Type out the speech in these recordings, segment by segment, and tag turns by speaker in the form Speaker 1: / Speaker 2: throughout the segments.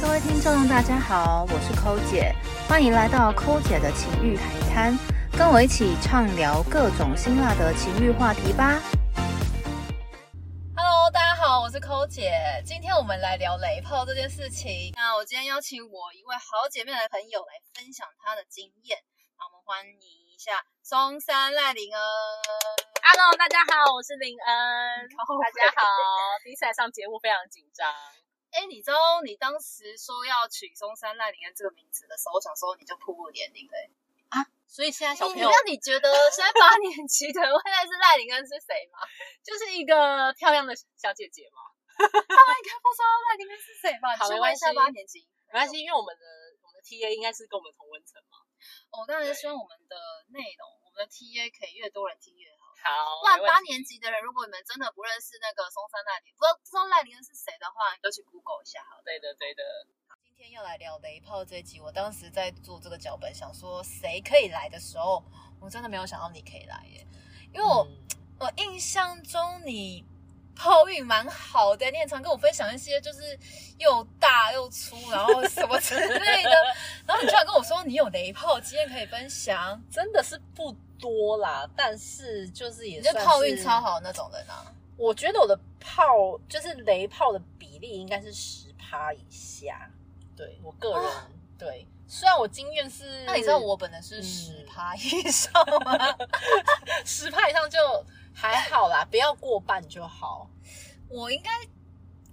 Speaker 1: 各位听众，大家好，我是抠姐，欢迎来到抠姐的情欲海滩，跟我一起畅聊各种辛辣的情欲话题吧。Hello，大家好，我是抠姐，今天我们来聊雷炮这件事情。那我今天邀请我一位好姐妹的朋友来分享她的经验，那我们欢迎一下松山赖玲儿。
Speaker 2: Hello，大家好，我是林恩。
Speaker 1: 靠
Speaker 2: 大家好，第一次来上节目非常紧张。
Speaker 1: 哎，你知道你当时说要取松山赖玲恩这个名字的时候，我想说你就步入年龄了欸、
Speaker 2: 啊所以现在
Speaker 1: 你让你觉得现在八年级的未来是赖玲恩是谁吗？
Speaker 2: 就是一个呃漂亮的小姐姐嘛，
Speaker 1: 他应该不知道赖玲恩是谁吧？
Speaker 2: 好
Speaker 1: 你去
Speaker 2: 没
Speaker 1: 问
Speaker 2: 关
Speaker 1: 一下
Speaker 2: 系
Speaker 1: 八年级。
Speaker 2: 没关系，因为我们的我们的 TA 应该是跟我们同温层嘛。
Speaker 1: 我哦当然是希望我们的内容，我们的 TA 可以越多人听越好。
Speaker 2: 好
Speaker 1: 不然
Speaker 2: 没
Speaker 1: 八
Speaker 2: 问题
Speaker 1: 年级的人，如果你们真的不认识那个松山赖玲，不知道不知道赖玲恩是谁的话，你就去 Google 一下好了。
Speaker 2: 对的对的，
Speaker 1: 今天要来聊雷炮这一集，我当时在做这个脚本，想说谁可以来的时候，我真的没有想到你可以来耶，因为我、
Speaker 2: 嗯
Speaker 1: 我印象中你泡运蛮好的，你也常跟我分享一些就是又大又粗，然后什么之类 的，然后你居然跟我说你有雷炮经验可以分享，
Speaker 2: 真的是不多啦，但是就是嗯也
Speaker 1: 你就
Speaker 2: 算
Speaker 1: 泡
Speaker 2: 是
Speaker 1: 运超。好的那种人啊，
Speaker 2: 我觉得我的炮就是雷炮的比例应该是十趴以下，哦对我个人、
Speaker 1: 啊
Speaker 2: 对。虽然我经验是，
Speaker 1: 那你知道我本人是
Speaker 2: 嗯
Speaker 1: 十趴以上吗？
Speaker 2: 十趴以上就还好啦，不要过半就好。
Speaker 1: 我应该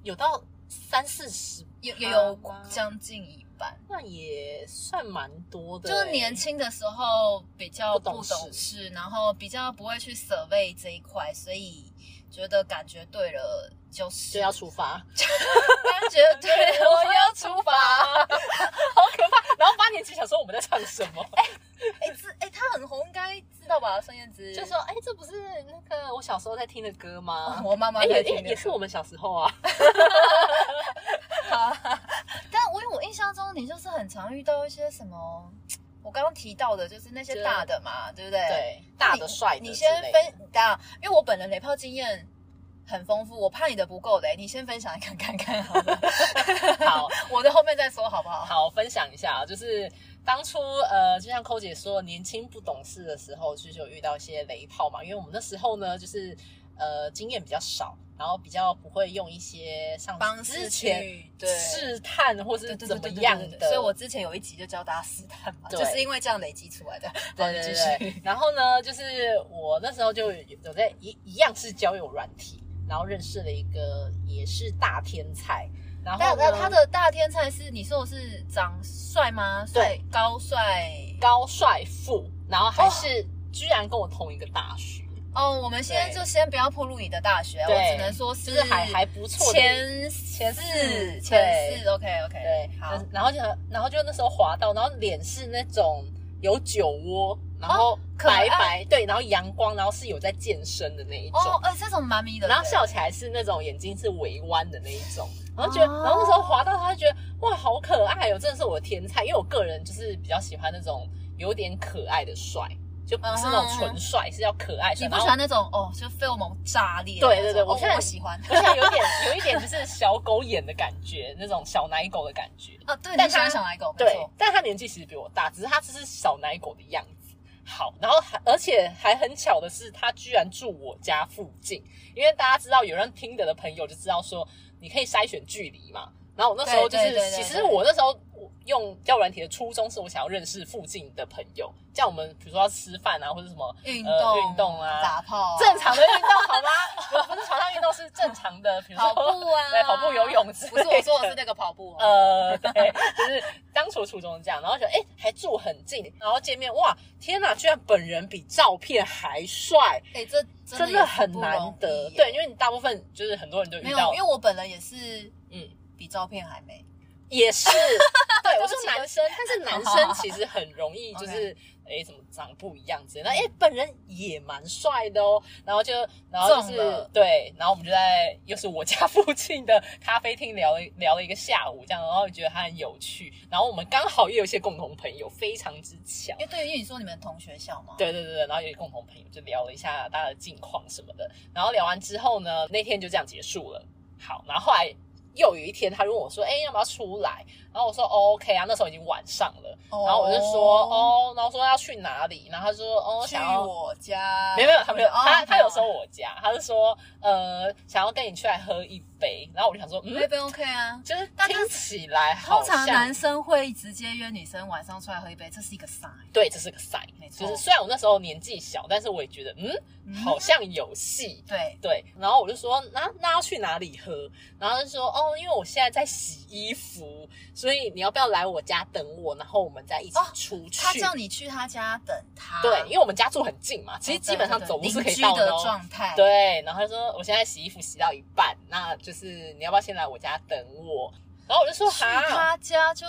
Speaker 2: 有到三四十，
Speaker 1: 有有有
Speaker 2: 好吧
Speaker 1: 将近一半。
Speaker 2: 那也算蛮多的、欸
Speaker 1: 就是年，轻的时候比较
Speaker 2: 不
Speaker 1: 不
Speaker 2: 懂事
Speaker 1: 懂事，然后比较不会去 survey 这一块，所以觉得感觉对了就是
Speaker 2: 就要出发，
Speaker 1: 感觉对了，我要出 发。
Speaker 2: 好可怕。然后八年级想说我们在唱什么，
Speaker 1: 哎、这哎、他很红，应该知道吧？孙燕姿
Speaker 2: 就说哎、这不是那个我小时候在听的歌吗
Speaker 1: 哦？我妈妈
Speaker 2: 哎、
Speaker 1: 在
Speaker 2: 也
Speaker 1: 听、
Speaker 2: 也也是我。们小时候啊。
Speaker 1: 但我因为我印象中你就是很常遇到一些什么，我刚刚提到的就是那些
Speaker 2: 就
Speaker 1: 大的嘛，对不对？。
Speaker 2: 对，大的帅的
Speaker 1: 你
Speaker 2: 之
Speaker 1: 先
Speaker 2: 类的
Speaker 1: 分大，因为我本人雷炮经验很丰富，我怕你的不够雷，你先分享一看看看好了。
Speaker 2: 好，
Speaker 1: 我的后面再说好不好？
Speaker 2: 好，分享一下，就是当初呃，就像寇姐说，年轻不懂事的时候，就是有遇到一些雷炮嘛。因为我们那时候呢，就是呃经验比较少，然后比较不会用一些像
Speaker 1: 方
Speaker 2: 之
Speaker 1: 式
Speaker 2: 前
Speaker 1: 去对。
Speaker 2: 试探或
Speaker 1: 对
Speaker 2: 是
Speaker 1: 对
Speaker 2: 怎
Speaker 1: 对
Speaker 2: 么
Speaker 1: 对对
Speaker 2: 样
Speaker 1: 对对
Speaker 2: 的，
Speaker 1: 所以我之前有一集就教大家试探嘛，
Speaker 2: 对
Speaker 1: 就是因为这样累积出来的。好
Speaker 2: 对
Speaker 1: 你
Speaker 2: 对
Speaker 1: 继
Speaker 2: 对
Speaker 1: 续
Speaker 2: 对。然后呢，就是我那时候就有在一一样是交友软体，然后认识了一个也是大天才， 然
Speaker 1: 那
Speaker 2: 后
Speaker 1: 那
Speaker 2: 呢
Speaker 1: 他的大天菜是你说的是长帅吗？帅
Speaker 2: 对
Speaker 1: 高帅
Speaker 2: 高帅富，然后还是居然跟我同一个大学。
Speaker 1: 哦。我们现在
Speaker 2: 对
Speaker 1: 就先不要暴露你的大学，我
Speaker 2: 对
Speaker 1: 只能说
Speaker 2: 就是是还还不错的。
Speaker 1: 前前四
Speaker 2: 四
Speaker 1: 前四 OK OK
Speaker 2: 对，
Speaker 1: 好
Speaker 2: 然然后就然后就那时候滑到，然后脸是那种有酒窝，然后
Speaker 1: 哦可爱
Speaker 2: 白白、对，然后阳光，然后是有在健身的那一种。
Speaker 1: 哦，呃，这种蛮迷的，
Speaker 2: 然后
Speaker 1: 对
Speaker 2: 笑起来是那种眼睛是微弯的那一种，然后觉得，
Speaker 1: 哦
Speaker 2: 然后那时候滑到他就觉得哇，好可爱哦，真的是我的天菜，因为我个人就是比较喜欢那种有点可爱的帅，就不是那种
Speaker 1: 嗯哼嗯
Speaker 2: 纯
Speaker 1: 哼
Speaker 2: 帅，是要可爱帅。
Speaker 1: 你不
Speaker 2: 然后
Speaker 1: 喜欢那种哦，就费洛蒙炸裂的那种？
Speaker 2: 对对对我
Speaker 1: 哦
Speaker 2: 现在
Speaker 1: 我喜 欢
Speaker 2: 而且有点有一点就是小狗眼的感觉，那种小奶狗的感觉。
Speaker 1: 啊，对，
Speaker 2: 但
Speaker 1: 你喜欢
Speaker 2: 他
Speaker 1: 小奶狗，没
Speaker 2: 对
Speaker 1: 错，，
Speaker 2: 但他年纪其实比我大，只是他只是小奶狗的样子。好，然后还而且还很巧的是，他居然住我家附近，因为大家知道有人听得的朋友就知道说，你可以筛选距离嘛。然后我那时候就
Speaker 1: 对对对
Speaker 2: 是，
Speaker 1: 对
Speaker 2: 其实我那时候我用交友软体的初衷是我想要认识附近的朋友，这样我们比如说要吃饭啊，或者什么
Speaker 1: 运
Speaker 2: 呃
Speaker 1: 动
Speaker 2: 运动啊
Speaker 1: 打炮啊，
Speaker 2: 正常的运动好吗？ 不是床上运动，是正常的，比如说
Speaker 1: 跑步啊，
Speaker 2: 对跑步、游泳之类
Speaker 1: 不
Speaker 2: 的。
Speaker 1: 是我说的是那个跑步哦，
Speaker 2: 呃，对， 就是当初初衷是这样，然后觉得哎、诶还住很近，然后见面哇，天哪，居然本人比照片还帅，
Speaker 1: 哎，这
Speaker 2: 真
Speaker 1: 的
Speaker 2: 的
Speaker 1: 也
Speaker 2: 很
Speaker 1: 不
Speaker 2: 难
Speaker 1: 容易
Speaker 2: 得。
Speaker 1: 耶
Speaker 2: 对，因为你大部分就是很多人都
Speaker 1: 没
Speaker 2: 遇
Speaker 1: 有
Speaker 2: 到，，
Speaker 1: 因为我本人也是
Speaker 2: 嗯，
Speaker 1: 比照片还美，
Speaker 2: 也是，对
Speaker 1: 对不
Speaker 2: 我说
Speaker 1: 起
Speaker 2: 男生，但是男
Speaker 1: 好好好
Speaker 2: 生其实很容易就是哎、诶怎么长不一样之类的，哎、诶本人也蛮帅的哦，然后就然后就
Speaker 1: 中了
Speaker 2: 是对，然后我们就在又是我家附近的咖啡厅聊了聊了一个下午这样，然后觉得他很有趣，然后我们刚好也有一些共同朋友，非常之巧
Speaker 1: 因。为对于因为你说你们同学校嘛，，
Speaker 2: 对对对对，然后有共同朋友就聊了一下大家的近况什么的，然后聊完之后呢，那天就这样结束了。好，然后后来又有一天，他就问我说：“哎、要不要出来？”然后我说、哦 OK 啊，那时候已经晚上了。然后我就说：“哦，然后说要去哪里？”然后他就说：“哦，
Speaker 1: 去
Speaker 2: 想要
Speaker 1: 我家，
Speaker 2: 没有没有，他没有，
Speaker 1: 哦
Speaker 2: 他他有说我家，他是说呃想要跟你去来喝一杯，然后我就想说，
Speaker 1: 没
Speaker 2: 嗯，
Speaker 1: 杯 OK 啊。
Speaker 2: 就是
Speaker 1: 但
Speaker 2: 听起来好
Speaker 1: 通常
Speaker 2: 像
Speaker 1: 男生会直接约女生晚上出来喝一杯，这是一个 sign，
Speaker 2: 对，这是个 sign，
Speaker 1: 没错
Speaker 2: 就是虽然我那时候年纪小，但是我也觉得嗯，
Speaker 1: 嗯
Speaker 2: 好像有戏。
Speaker 1: 对，
Speaker 2: 对，然后我就说，那那要去哪里喝？然后他就说，哦，因为我现在在洗衣服，所以你要不要来我家等我，然后我们再一起
Speaker 1: 哦
Speaker 2: 出去？
Speaker 1: 他叫你去他家等他，哦
Speaker 2: 对，因为我们家住很近嘛，其实基本上走路是可以到
Speaker 1: 的
Speaker 2: 的、哦。
Speaker 1: 状态，
Speaker 2: 对，然后他说我现在洗衣服洗到一半，那就是你要不要先来我家等我？然后我就说
Speaker 1: 去
Speaker 2: 哈，
Speaker 1: 他家就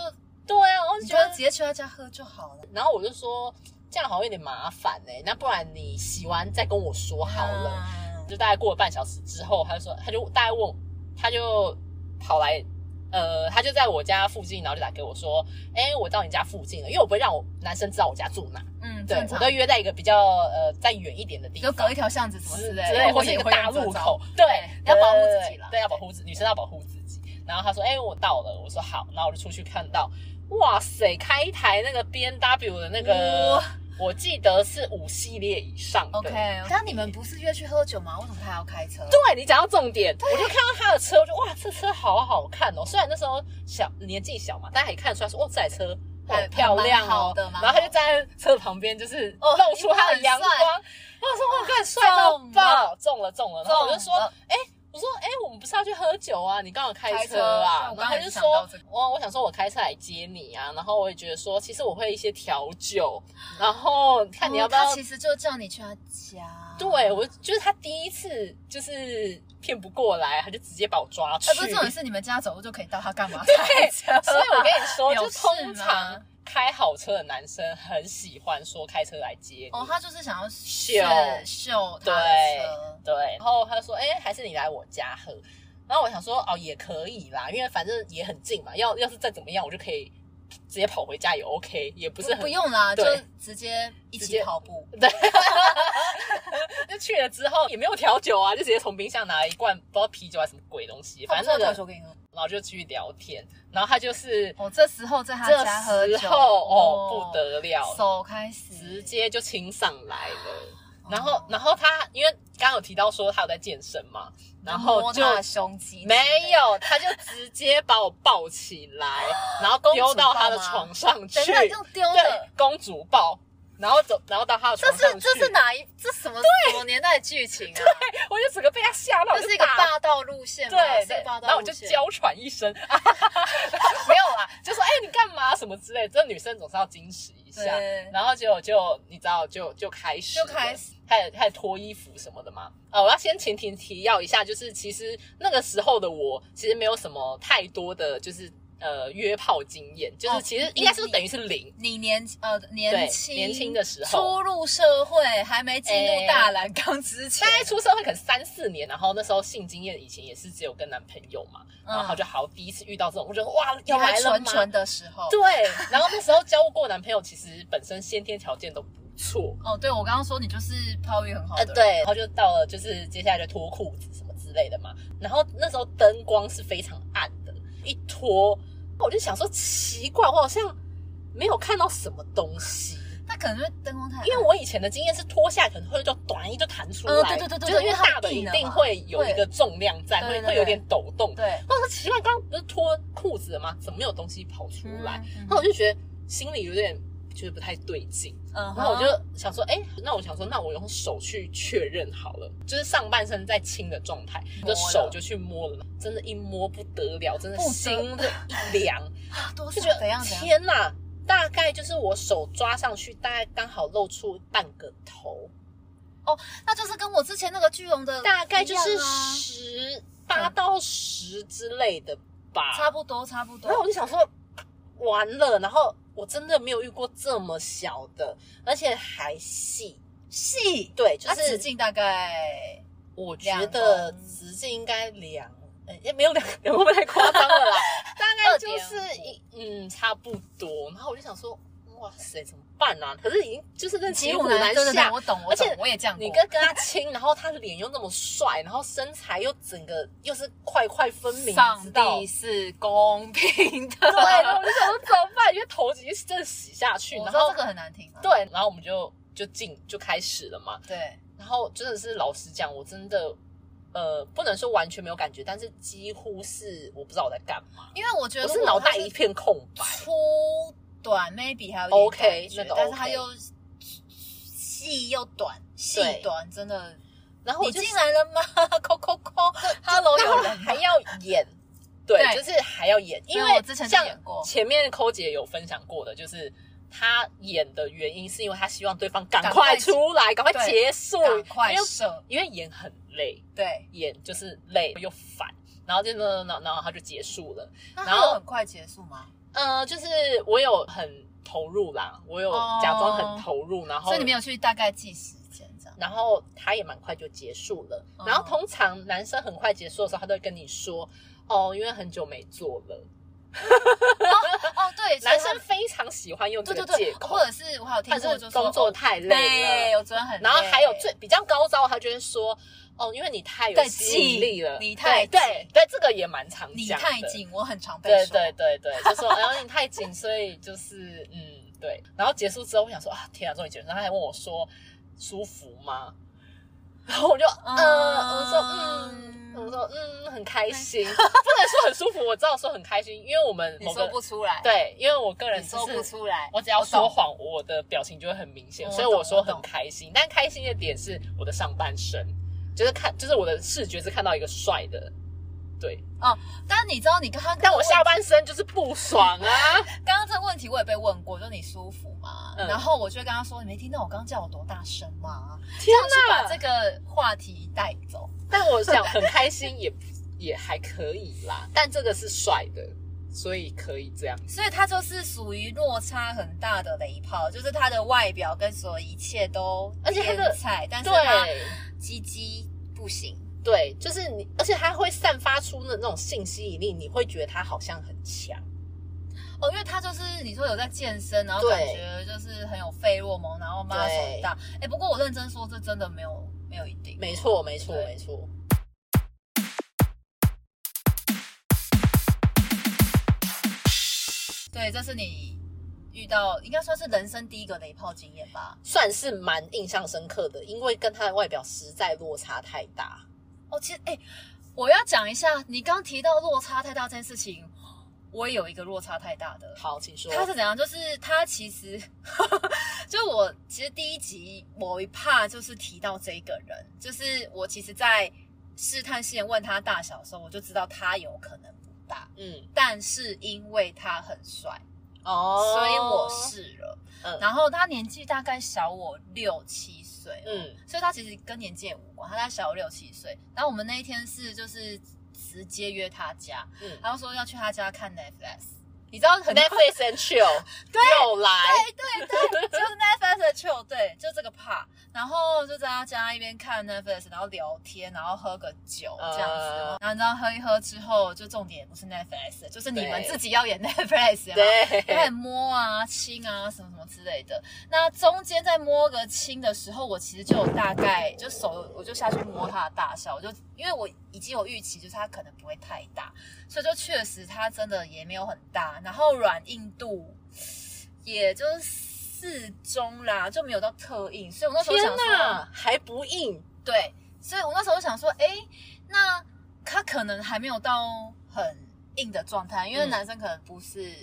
Speaker 2: 对啊，我就
Speaker 1: 你
Speaker 2: 觉
Speaker 1: 就
Speaker 2: 得
Speaker 1: 直，接去他家喝就好了。
Speaker 2: 然后我就说这样好像有点麻烦哎、那不然你洗完再跟我说好了。
Speaker 1: 嗯，
Speaker 2: 就大概过了半小时之后，他就说，他就大概问我，他就跑来。呃，他就在我家附近，然后就打给我说：“哎、我到你家附近了，因为我不会让我男生知道我家住哪，
Speaker 1: 嗯，
Speaker 2: 对
Speaker 1: 正
Speaker 2: 我
Speaker 1: 常
Speaker 2: 都，约在一个比较呃再远一点的地
Speaker 1: 就
Speaker 2: 方，
Speaker 1: 隔一条巷子什么
Speaker 2: 之
Speaker 1: 之
Speaker 2: 类
Speaker 1: 类
Speaker 2: 的，
Speaker 1: 的，
Speaker 2: 或
Speaker 1: 我
Speaker 2: 者
Speaker 1: 也
Speaker 2: 一个
Speaker 1: 会
Speaker 2: 大
Speaker 1: 用这
Speaker 2: 路
Speaker 1: 招
Speaker 2: 口，
Speaker 1: 对，
Speaker 2: 要
Speaker 1: 要
Speaker 2: 保
Speaker 1: 保
Speaker 2: 护
Speaker 1: 护
Speaker 2: 自
Speaker 1: 自
Speaker 2: 己
Speaker 1: 己
Speaker 2: 啦
Speaker 1: 啦，，
Speaker 2: 对，要保护自，女生要保护自己。然后他说，哎、我到了，我说好，然后我就出去看到，哇塞，开一台那个 B N W 的那个
Speaker 1: 哇，
Speaker 2: 我记得是五系列以上的。
Speaker 1: OK，但你们不是约去喝酒吗？为什么他还要开车？
Speaker 2: 对你讲到重点，我就看到他的车，我就哇，这车好好看哦。虽然那时候小年纪小嘛，但还看得出来说，哦，这台车
Speaker 1: 还
Speaker 2: 很漂亮
Speaker 1: 蛮
Speaker 2: 哦
Speaker 1: 好。的蛮
Speaker 2: 然
Speaker 1: 好
Speaker 2: 后他就站在车旁边，就是
Speaker 1: 哦
Speaker 2: 露出他的
Speaker 1: 你看
Speaker 2: 阳
Speaker 1: 很
Speaker 2: 光。
Speaker 1: 帅
Speaker 2: 然后我说哇，干帅到
Speaker 1: 中
Speaker 2: 爆，
Speaker 1: 了
Speaker 2: 中了中了。然后我就说
Speaker 1: 中了，
Speaker 2: 哎、我说，哎、我们不是要去喝酒啊？你刚好开
Speaker 1: 开
Speaker 2: 车
Speaker 1: 车
Speaker 2: 啊？
Speaker 1: 我刚
Speaker 2: 然后
Speaker 1: 刚
Speaker 2: 他
Speaker 1: 也
Speaker 2: 就是说
Speaker 1: 想到这个，
Speaker 2: 哇，我想说我开车来接你啊。然后我也觉得说，其实我会一些调酒，然后看你要不要
Speaker 1: 哦他其实就叫你去他家，
Speaker 2: 对，我就是他第一次就是骗不过来，他就直接把我抓去。
Speaker 1: 哎，不是重点是你们家走路就可以到，他干嘛开车？
Speaker 2: 所以我跟你 说，
Speaker 1: 有
Speaker 2: 就
Speaker 1: 事
Speaker 2: 通
Speaker 1: 吗
Speaker 2: 常开好车的男生很喜欢说开车来接你。
Speaker 1: 哦，他就是想要
Speaker 2: 秀
Speaker 1: 秀秀他的车，
Speaker 2: 对，然后他就说，哎、还是你来我家喝。然后我想说，哦，也可以啦，因为反正也很近嘛，要要是再怎么样，我就可以直接跑回家也 OK，也不是很
Speaker 1: 不用啦，就
Speaker 2: 对
Speaker 1: 直接一
Speaker 2: 直
Speaker 1: 起
Speaker 2: 接
Speaker 1: 跑步。
Speaker 2: 就去了之后也没有调酒啊，就直接从冰箱拿了一罐不知道啤酒还是什么鬼东西，反正那个，
Speaker 1: 酒给你喝。
Speaker 2: 然后就继续聊天。然后他就是
Speaker 1: 我这时候在他
Speaker 2: 这
Speaker 1: 家喝
Speaker 2: 时
Speaker 1: 酒，
Speaker 2: 候哦，不得了，
Speaker 1: 手开始
Speaker 2: 直接就亲上来了。
Speaker 1: 哦
Speaker 2: 然后，然后他因为刚刚有提到说他有在健身嘛，然后
Speaker 1: 摸
Speaker 2: 就
Speaker 1: 他的胸肌，
Speaker 2: 没有，他就 直接把我抱起来，然后丢到他的
Speaker 1: 公主抱吗
Speaker 2: 床上去
Speaker 1: 等一，下用丢
Speaker 2: 对
Speaker 1: 的，，
Speaker 2: 公主抱，然后走，然后到他的
Speaker 1: 这
Speaker 2: 床上
Speaker 1: 是
Speaker 2: 去，
Speaker 1: 这是哪一这什么什么年代的剧情啊？
Speaker 2: 我就整个被他吓到，我
Speaker 1: 这
Speaker 2: 就是
Speaker 1: 一个
Speaker 2: 大
Speaker 1: 霸道路线吗，
Speaker 2: 对
Speaker 1: 是一
Speaker 2: 对
Speaker 1: 个，霸
Speaker 2: 然后
Speaker 1: 道
Speaker 2: 我
Speaker 1: 路
Speaker 2: 就
Speaker 1: 线。
Speaker 2: 娇喘一 声，没有啦，就说哎、你干嘛什么之类，这女生总是要矜持一下
Speaker 1: 对，
Speaker 2: 然后结果就你知道就就开始了
Speaker 1: 就开始，
Speaker 2: 开始开始脱衣服什么的嘛。啊，我要先前提提要一下，就是其实那个时候的我其实没有什么太多的就是呃约炮经验，就是
Speaker 1: 哦
Speaker 2: 其实
Speaker 1: 你
Speaker 2: 应该是等于是零。
Speaker 1: 你年呃
Speaker 2: 对
Speaker 1: 年轻
Speaker 2: 年轻的时候
Speaker 1: 初入社会，还没进入大染缸之前
Speaker 2: 大，概出社会可能三四年，然后那时候性经验以前也是只有跟男朋友嘛，
Speaker 1: 嗯
Speaker 2: 然后就好第一次遇到这种，我觉得哇
Speaker 1: 你
Speaker 2: 要来
Speaker 1: 还
Speaker 2: 了
Speaker 1: 啊纯
Speaker 2: 吗？
Speaker 1: 纯的时候。
Speaker 2: 对，然后那时候交过男朋友，其实本身先天条件都不错，
Speaker 1: 哦，对，我刚刚说你就是抛育很好
Speaker 2: 呃，
Speaker 1: 的人，
Speaker 2: 对，然后就到了就是接下来就脱裤子什么之类的嘛，然后那时候灯光是非常暗的，一脱我就想说奇怪，我好像没有看到什么东 西。
Speaker 1: 那可能就是灯光太暗，
Speaker 2: 因为我以前的经验是脱下来可能会就短一就弹出来，
Speaker 1: 嗯对对对对
Speaker 2: 就是因为
Speaker 1: 因为它
Speaker 2: 大的一
Speaker 1: 硬了啊
Speaker 2: 定
Speaker 1: 嘛
Speaker 2: 会有一
Speaker 1: 会
Speaker 2: 个重量在，
Speaker 1: 对
Speaker 2: 会
Speaker 1: 对
Speaker 2: 会
Speaker 1: 对
Speaker 2: 有点抖动。
Speaker 1: 对
Speaker 2: 我说奇怪，刚刚不是脱裤子了吗？怎么没有东西跑出来？
Speaker 1: 嗯嗯
Speaker 2: 那我就觉得心里有点觉得不太对劲，
Speaker 1: 嗯哼，
Speaker 2: 然后我就想说，哎、那我想说，那我用手去确认好了，就是上半身在轻的状态，我
Speaker 1: 摸了
Speaker 2: 的手就去摸了，真的，一摸不得了，真的
Speaker 1: 不得
Speaker 2: 心的一凉，
Speaker 1: 啊多
Speaker 2: 就
Speaker 1: 少
Speaker 2: 觉得
Speaker 1: 怎样怎样，
Speaker 2: 天哪！大概就是我手抓上去，大概刚好露出半个头，
Speaker 1: 那就是跟我之前那个巨龙的
Speaker 2: 大概就
Speaker 1: 一嗯
Speaker 2: 是
Speaker 1: 样啊嗯
Speaker 2: 十八到十之类的吧，
Speaker 1: 差不多差不多
Speaker 2: 然后。我就想说，完了，然后我真的没有遇过这么小的，而且还细。
Speaker 1: 细，
Speaker 2: 对，就
Speaker 1: 它
Speaker 2: 是
Speaker 1: 啊直径大概
Speaker 2: 我觉得直径应该两，呃也没有两， 两会不会太夸张了啦？大概就是一，嗯，差不多。然后我就想说，哇哇塞，怎么办啊？可是已经就是那
Speaker 1: 骑
Speaker 2: 骑
Speaker 1: 虎
Speaker 2: 虎
Speaker 1: 难
Speaker 2: 难
Speaker 1: 对对对，
Speaker 2: 下。
Speaker 1: 我懂，我
Speaker 2: 而
Speaker 1: 懂
Speaker 2: 且，
Speaker 1: 我也这样过。
Speaker 2: 你跟跟他亲，然后他脸又那么帅，然后身材又整个又是块块分明，
Speaker 1: 上
Speaker 2: 知道
Speaker 1: 帝是公平的，
Speaker 2: 对，然后我就想说怎么办？因为头直接真的洗下去，
Speaker 1: 我
Speaker 2: 然
Speaker 1: 知道
Speaker 2: 后
Speaker 1: 这个很难听啊。
Speaker 2: 对，然后我们就就进就开始了嘛。
Speaker 1: 对，
Speaker 2: 然后真的是老实讲，我真的呃不能说完全没有感觉，但是几乎是我不知道我在干嘛，
Speaker 1: 因为我觉得如
Speaker 2: 我是
Speaker 1: 果
Speaker 2: 脑
Speaker 1: 他
Speaker 2: 袋一片空白。
Speaker 1: 粗短，maybe 还有一点
Speaker 2: OK，
Speaker 1: 感觉
Speaker 2: 那个
Speaker 1: 但是它
Speaker 2: OK
Speaker 1: 又细又短，细
Speaker 2: 对
Speaker 1: 短真的。
Speaker 2: 然后我
Speaker 1: 你
Speaker 2: 就
Speaker 1: 进来了吗？ 扣扣扣，Hello，
Speaker 2: 然后
Speaker 1: 有人吗
Speaker 2: 还要演，对，
Speaker 1: 对
Speaker 2: 就是还要演，因
Speaker 1: 对
Speaker 2: 为
Speaker 1: 我之前就
Speaker 2: 像
Speaker 1: 演过
Speaker 2: 前面抠姐有分享过的，就是她演的原因是因为她希望对方赶
Speaker 1: 赶快
Speaker 2: 快出来，赶快
Speaker 1: 对
Speaker 2: 结束，
Speaker 1: 赶快
Speaker 2: 因为
Speaker 1: 射，
Speaker 2: 因为演很累，
Speaker 1: 对，
Speaker 2: 演就是累又烦，然后就那那然后她就结束了。
Speaker 1: 那
Speaker 2: 然
Speaker 1: 它
Speaker 2: 后
Speaker 1: 有很快结束吗？
Speaker 2: 呃，就是我有很投入啦，我有
Speaker 1: 哦
Speaker 2: 假装很投入，然后
Speaker 1: 所以你没有去大概计时间 这样。
Speaker 2: 然后他也蛮快就结束了。
Speaker 1: 哦
Speaker 2: 然后通常男生很快结束的时候，他都会跟你说：“哦，因为很久没做了。
Speaker 1: 哦，对”，所以
Speaker 2: 男
Speaker 1: 他
Speaker 2: 生非常喜欢用这
Speaker 1: 对
Speaker 2: 个
Speaker 1: 对
Speaker 2: 借
Speaker 1: 对，
Speaker 2: 口，
Speaker 1: 或者是我还有听
Speaker 2: 他
Speaker 1: 过，
Speaker 2: 是
Speaker 1: 就
Speaker 2: 工
Speaker 1: 说
Speaker 2: 作
Speaker 1: 哦
Speaker 2: 太累
Speaker 1: 对，
Speaker 2: 了。
Speaker 1: 我昨天很累，
Speaker 2: 然后还有最比较高招，他就会说：“哦，因为你太有
Speaker 1: 对
Speaker 2: 吸引力了，
Speaker 1: 近你太
Speaker 2: 对对对，这个也蛮常
Speaker 1: 你
Speaker 2: 讲
Speaker 1: 太
Speaker 2: 的。
Speaker 1: 紧，我很常被
Speaker 2: 对
Speaker 1: 说。
Speaker 2: 对对对，就说然后你太紧，所以就是嗯对。然后结束之后，我想说啊，天啊，终于结束。然后他还问我说舒服吗？ 然后我就嗯、
Speaker 1: 嗯
Speaker 2: 我说嗯，我说嗯，很开心，不能说很舒服，我知道说很开心，因为我们
Speaker 1: 你
Speaker 2: 某
Speaker 1: 说
Speaker 2: 个
Speaker 1: 不出来，
Speaker 2: 对，因为我个人
Speaker 1: 你
Speaker 2: 就
Speaker 1: 说不
Speaker 2: 是。
Speaker 1: 出来，
Speaker 2: 我只要
Speaker 1: 我
Speaker 2: 说
Speaker 1: 懂
Speaker 2: 谎，我的表情就会很明显，
Speaker 1: 我
Speaker 2: 所以
Speaker 1: 懂
Speaker 2: 我说
Speaker 1: 我懂
Speaker 2: 很开心。但开心的点是我的上半身，就是看，就是我的视觉是看到一个帅的，对。
Speaker 1: 但你知道你刚刚，
Speaker 2: 但我下半身就是不 爽啊。
Speaker 1: 刚刚这个问题我也被问过，就你舒服吗？
Speaker 2: 嗯
Speaker 1: 然后我就跟他说，你没听到我刚刚叫我多大声吗？
Speaker 2: 天
Speaker 1: 这样
Speaker 2: 哪！
Speaker 1: 去把这个话题带走。
Speaker 2: 但我想很开心也，也还可以啦。但这个是帅的，所以可以这样。
Speaker 1: 所以他就是属于落差很大的雷炮，就是他的外表跟所有一切都
Speaker 2: 而且他的
Speaker 1: 天菜，但是他
Speaker 2: 对
Speaker 1: 鸡鸡不行。
Speaker 2: 对，就是你，而且他会散发出那种性吸引力，你会觉得他好像很强。
Speaker 1: 哦，因为他就是你说有在健身，然后
Speaker 2: 对
Speaker 1: 感觉就是很有费洛蒙，然后妈手
Speaker 2: 对
Speaker 1: 大。哎，不过我认真说，这真的没有没有一定。
Speaker 2: 没错，没错，
Speaker 1: 对
Speaker 2: 没错。
Speaker 1: 对，这是你遇到应该算是人生第一个雷炮经验吧？
Speaker 2: 算是蛮印象深刻的，因为跟他的外表实在落差太大。
Speaker 1: 哦，其实哎、我要讲一下，你刚提到落差太大这件事情，我也有一个落差太大的。
Speaker 2: 好，请说。
Speaker 1: 他是怎样？就是他其实，就我其实第一集某一怕就是提到这个人，就是我其实，在试探性问他大小的时候，我就知道他有可能不大，
Speaker 2: 嗯
Speaker 1: 但是因为他很帅，
Speaker 2: 哦，
Speaker 1: 所以我试了。
Speaker 2: 嗯
Speaker 1: 然后他年纪大概小我六七岁哦，
Speaker 2: 嗯
Speaker 1: 所以他其实跟年纪也无关，他才小我六七岁。然后我们那一天是就是直接约他家，
Speaker 2: 嗯
Speaker 1: 他就说要去他家看 Netflix，你知道很
Speaker 2: ，Netflix and chill 又来，
Speaker 1: 对对，就是 Netflix 的 chill，对，就这个 part。然后就在他家一边看 Netflix，然后聊天，然后喝个酒这样子。
Speaker 2: 呃
Speaker 1: 然后你知道喝一喝之后，就重点也不是 Netflix，就是你们
Speaker 2: 对
Speaker 1: 自己要演 Netflix 嘛。
Speaker 2: 对，
Speaker 1: 开始摸啊、亲啊什么什么之类的。那中间在摸个亲的时候，我其实就有大概就手我就下去摸他的大小，我就因为我已经有预期，就是他可能不会太大，所以就确实他真的也没有很大，然后软硬度也就是适中啦，就没有到特硬，所以我那时候
Speaker 2: 天
Speaker 1: 想说，
Speaker 2: 呐，还不硬，
Speaker 1: 对，所以我那时候就想说，哎，那他可能还没有到很硬的状态，因为
Speaker 2: 嗯
Speaker 1: 男生可能不是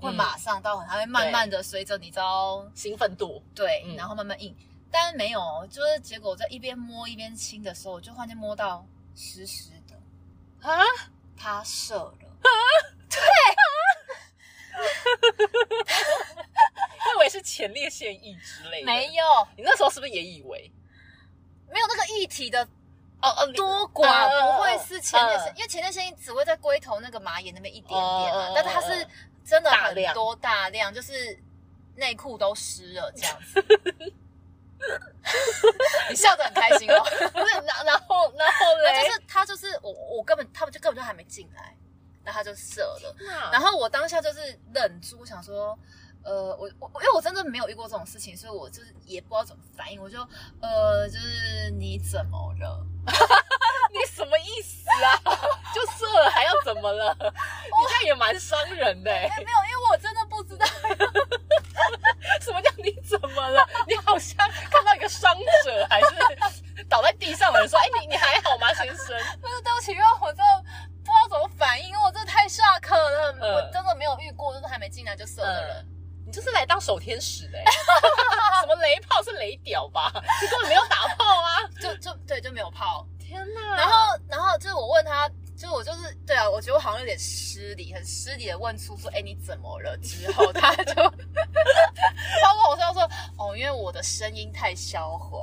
Speaker 1: 会马上到很，他会慢
Speaker 2: 对
Speaker 1: 慢的随着你知道
Speaker 2: 兴奋度，
Speaker 1: 对，
Speaker 2: 嗯
Speaker 1: 然后慢慢硬。但没有，就是结果我在一边摸一边亲的时候，我就忽然间摸到湿湿的，
Speaker 2: 啊，
Speaker 1: 他射了。
Speaker 2: 我以为是前列腺液之类的。
Speaker 1: 没，有，
Speaker 2: 你那时候是不是也以为？
Speaker 1: 没有那个液体的
Speaker 2: 哦哦，你
Speaker 1: 多寡，
Speaker 2: 嗯
Speaker 1: 不会是前列腺，
Speaker 2: 嗯
Speaker 1: 因为前列腺只会在龟头那个马眼那边一点点
Speaker 2: 嗯
Speaker 1: 嘛
Speaker 2: 嗯，
Speaker 1: 但是它是真的
Speaker 2: 大
Speaker 1: 很
Speaker 2: 量
Speaker 1: 多大量，就是内裤都湿了这样 子。 你笑得很开心 哦，
Speaker 2: 不是，然然后然后
Speaker 1: 那
Speaker 2: 嘞
Speaker 1: 就，是他就是我我根本他们就根本就还没进来，然后他就射了，
Speaker 2: 然
Speaker 1: 然后我当下就是愣住，我想说。呃，我我因为我真的没有遇过这种事情，所以我就是也不知道怎么反应，我就呃，就是你怎么了？
Speaker 2: 你什么意思啊？ 就射了还要怎么了？你这样也蛮伤人的、欸。
Speaker 1: 哎，没有，因为我真的不知道，
Speaker 2: 什么叫你怎么了？你好像看到一个伤者，还是倒在地上的人说：“哎、你你还好吗，先生
Speaker 1: 不是对不起，因为我真的不知道怎么反应，因为我真的太 shock 了，
Speaker 2: 嗯
Speaker 1: 我真的没有遇过，就是还没进来就射？”的人。
Speaker 2: 嗯，你就是来当守天使 的、欸。什么雷炮是雷屌吧？你根本没有打炮啊！
Speaker 1: 就就对，就没有泡。
Speaker 2: 天哪！
Speaker 1: 然后然后就是我问他，就是我就是对啊，我觉得我好像有点失礼，很失礼的问出说，哎，你怎么了？之 后他就他问我说，他说哦，因为我的声音太销魂，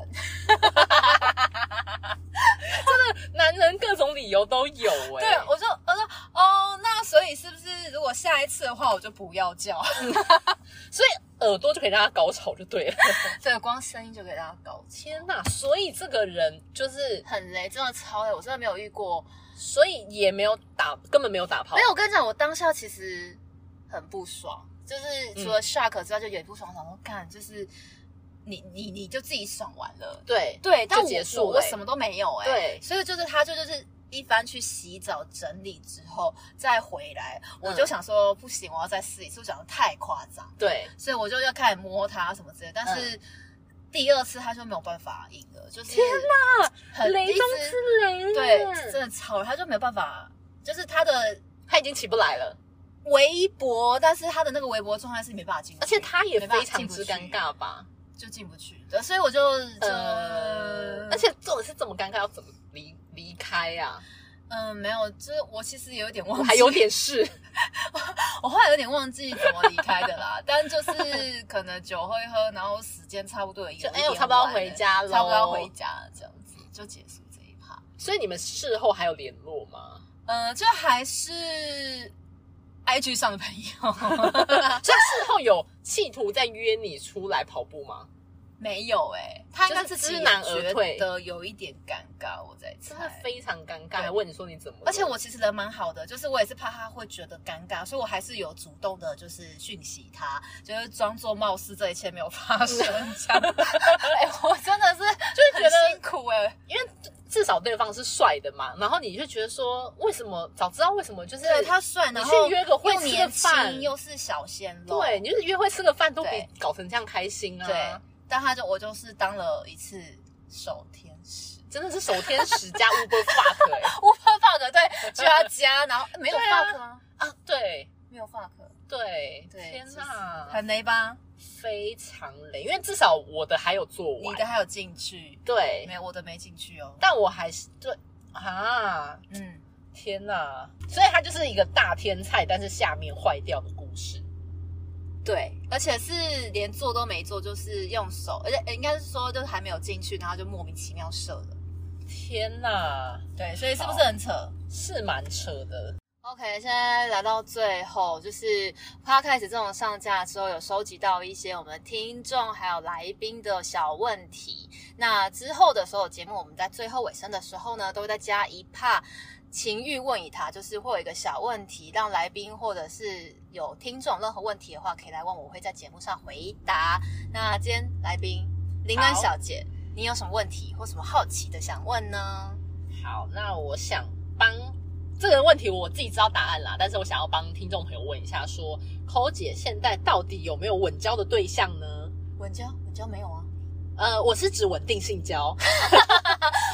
Speaker 2: 男人各种理由都有哎、
Speaker 1: 对，我就我说哦，那所以是不是如果下一次的话，我就不要叫？
Speaker 2: 所以耳朵就可以让他高潮就对了。
Speaker 1: 对，光声音就可以让他高级，
Speaker 2: 天哪！所以这个人就是，
Speaker 1: 很雷，真的超雷，我真的没有遇过。
Speaker 2: 所以也没有打，根本没有打炮。
Speaker 1: 没有，我跟你讲，我当下其实很不爽，就是
Speaker 2: 嗯
Speaker 1: 除了 shock 之外，就也不爽，想说干，就是你你你就自己爽完了，
Speaker 2: 对
Speaker 1: 对，但我
Speaker 2: 结束
Speaker 1: 我
Speaker 2: 了
Speaker 1: 我什么都没有哎、
Speaker 2: 对
Speaker 1: 所以就是他就就是。一番去洗澡整理之后再回来，我
Speaker 2: 嗯
Speaker 1: 就想说不行，我要再试一次，我讲的太夸张，
Speaker 2: 对，
Speaker 1: 所以我就要开始摸他什么之类的。但是第二次他就没有办法赢了，就是
Speaker 2: 嗯天
Speaker 1: 哪，很
Speaker 2: 雷
Speaker 1: 一
Speaker 2: 中
Speaker 1: 直
Speaker 2: 之雷耶，
Speaker 1: 对，真的超人，他就没有办法，就是他的
Speaker 2: 他已经起不来了，
Speaker 1: 微博，但是他的那个微博状态是没办法进去，
Speaker 2: 而且他也
Speaker 1: 没办
Speaker 2: 非
Speaker 1: 法
Speaker 2: 常
Speaker 1: 进不
Speaker 2: 之
Speaker 1: 去
Speaker 2: 尴尬吧？
Speaker 1: 就进不去，对，所以我就就、
Speaker 2: 呃，而且重点是这么尴尬，要怎么离离开啊？
Speaker 1: 嗯、没有，就是我其实有点忘
Speaker 2: 我
Speaker 1: 记，
Speaker 2: 还有点事，
Speaker 1: 我后来有点忘记怎么离开的啦， 但就是可能酒会喝，然后时间差不多也
Speaker 2: 就
Speaker 1: 有一
Speaker 2: 哎
Speaker 1: 点
Speaker 2: 我差不多要
Speaker 1: 晚了
Speaker 2: 回家咯
Speaker 1: 差不多要回家这样子就结束这一趴，
Speaker 2: 所以你们事后还有联络吗？
Speaker 1: 嗯、就还是 IG 上的朋友
Speaker 2: 所以事后有企图再约你出来跑步吗？
Speaker 1: 没有哎、他应该
Speaker 2: 就是
Speaker 1: 自己
Speaker 2: 知难而退
Speaker 1: 觉得有一点尴尬，我在
Speaker 2: 真的
Speaker 1: 猜。
Speaker 2: 非常尴尬，
Speaker 1: 对
Speaker 2: 还问你说你怎么了？
Speaker 1: 而且我其实人蛮好的，就是我也是怕他会觉得尴尬，所以我还是有主动的，就是讯息他，就是装作貌似这一切没有发生这样。 哎、我真的是就是
Speaker 2: 觉得
Speaker 1: 辛苦哎、
Speaker 2: 至少对方是帅的嘛，然后你就觉得说为什么早知道为什么就是
Speaker 1: 对他帅，
Speaker 2: 你
Speaker 1: 然
Speaker 2: 去
Speaker 1: 后
Speaker 2: 约个会
Speaker 1: 又
Speaker 2: 吃个
Speaker 1: 年
Speaker 2: 饭
Speaker 1: 轻又是小鲜肉，
Speaker 2: 对，你就是约会吃个饭都比
Speaker 1: 对
Speaker 2: 搞成这样开心啊！
Speaker 1: 对，但他就我就是当了一次守天 使。
Speaker 2: 真的是守天使加 Uber fuck 哎、
Speaker 1: 我怕 bug 对，就要加，然后 没有
Speaker 2: 对啊
Speaker 1: bug 啊，
Speaker 2: 啊，对
Speaker 1: 没有 bug，
Speaker 2: 对，
Speaker 1: 对
Speaker 2: 天
Speaker 1: 就是
Speaker 2: 哪，
Speaker 1: 很雷吧？
Speaker 2: 非常累，因为至少我的还有做
Speaker 1: 你
Speaker 2: 完，
Speaker 1: 的还有进去，
Speaker 2: 对
Speaker 1: 没，有我的没进去哦。
Speaker 2: 但我还是对啊，
Speaker 1: 嗯，
Speaker 2: 天哪！所以它就是一个大天菜，但是下面坏掉的故事。
Speaker 1: 对，而且是连做都没做，就是用手，而且呃应该是说就是还没有进去，然后就莫名其妙射了。
Speaker 2: 天哪，
Speaker 1: 对，所以是不是很扯
Speaker 2: 是蛮扯的。
Speaker 1: ？OK，现在来到最后，就是他开始这种上架之后，有收集到一些我们听众还有来宾的小问题。那之后的所有节目，我们在最后尾声的时候呢，都会再加一帕情欲问一他，就是会有一个小问题，让来宾或者是有听众任何问题的话，可以来问我，我会在节目上回答。那今天来宾林恩
Speaker 2: 好
Speaker 1: 小姐，你有什么问题或什么好奇的想问呢？
Speaker 2: 好，那我想帮这个问题我自己知道答案啦，但是我想要帮听众朋友问一下说，抠姐现在到底有没有稳交的对象呢？
Speaker 1: 稳交，稳交没有啊？
Speaker 2: 呃，我是指稳定性交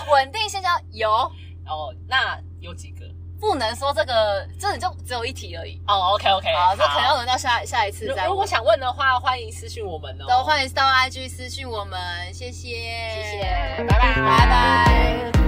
Speaker 1: 稳定性交有，
Speaker 2: 哦。那有几个？
Speaker 1: 不能说这个，这你就只有一题而已。
Speaker 2: 哦，OK OK，
Speaker 1: 好，这可能要轮到下下一次再问。
Speaker 2: 如如果想问的话，欢迎私讯我们哦。
Speaker 1: 都欢迎到 IG 私讯我们，谢谢，
Speaker 2: 谢谢，拜拜，
Speaker 1: 拜拜。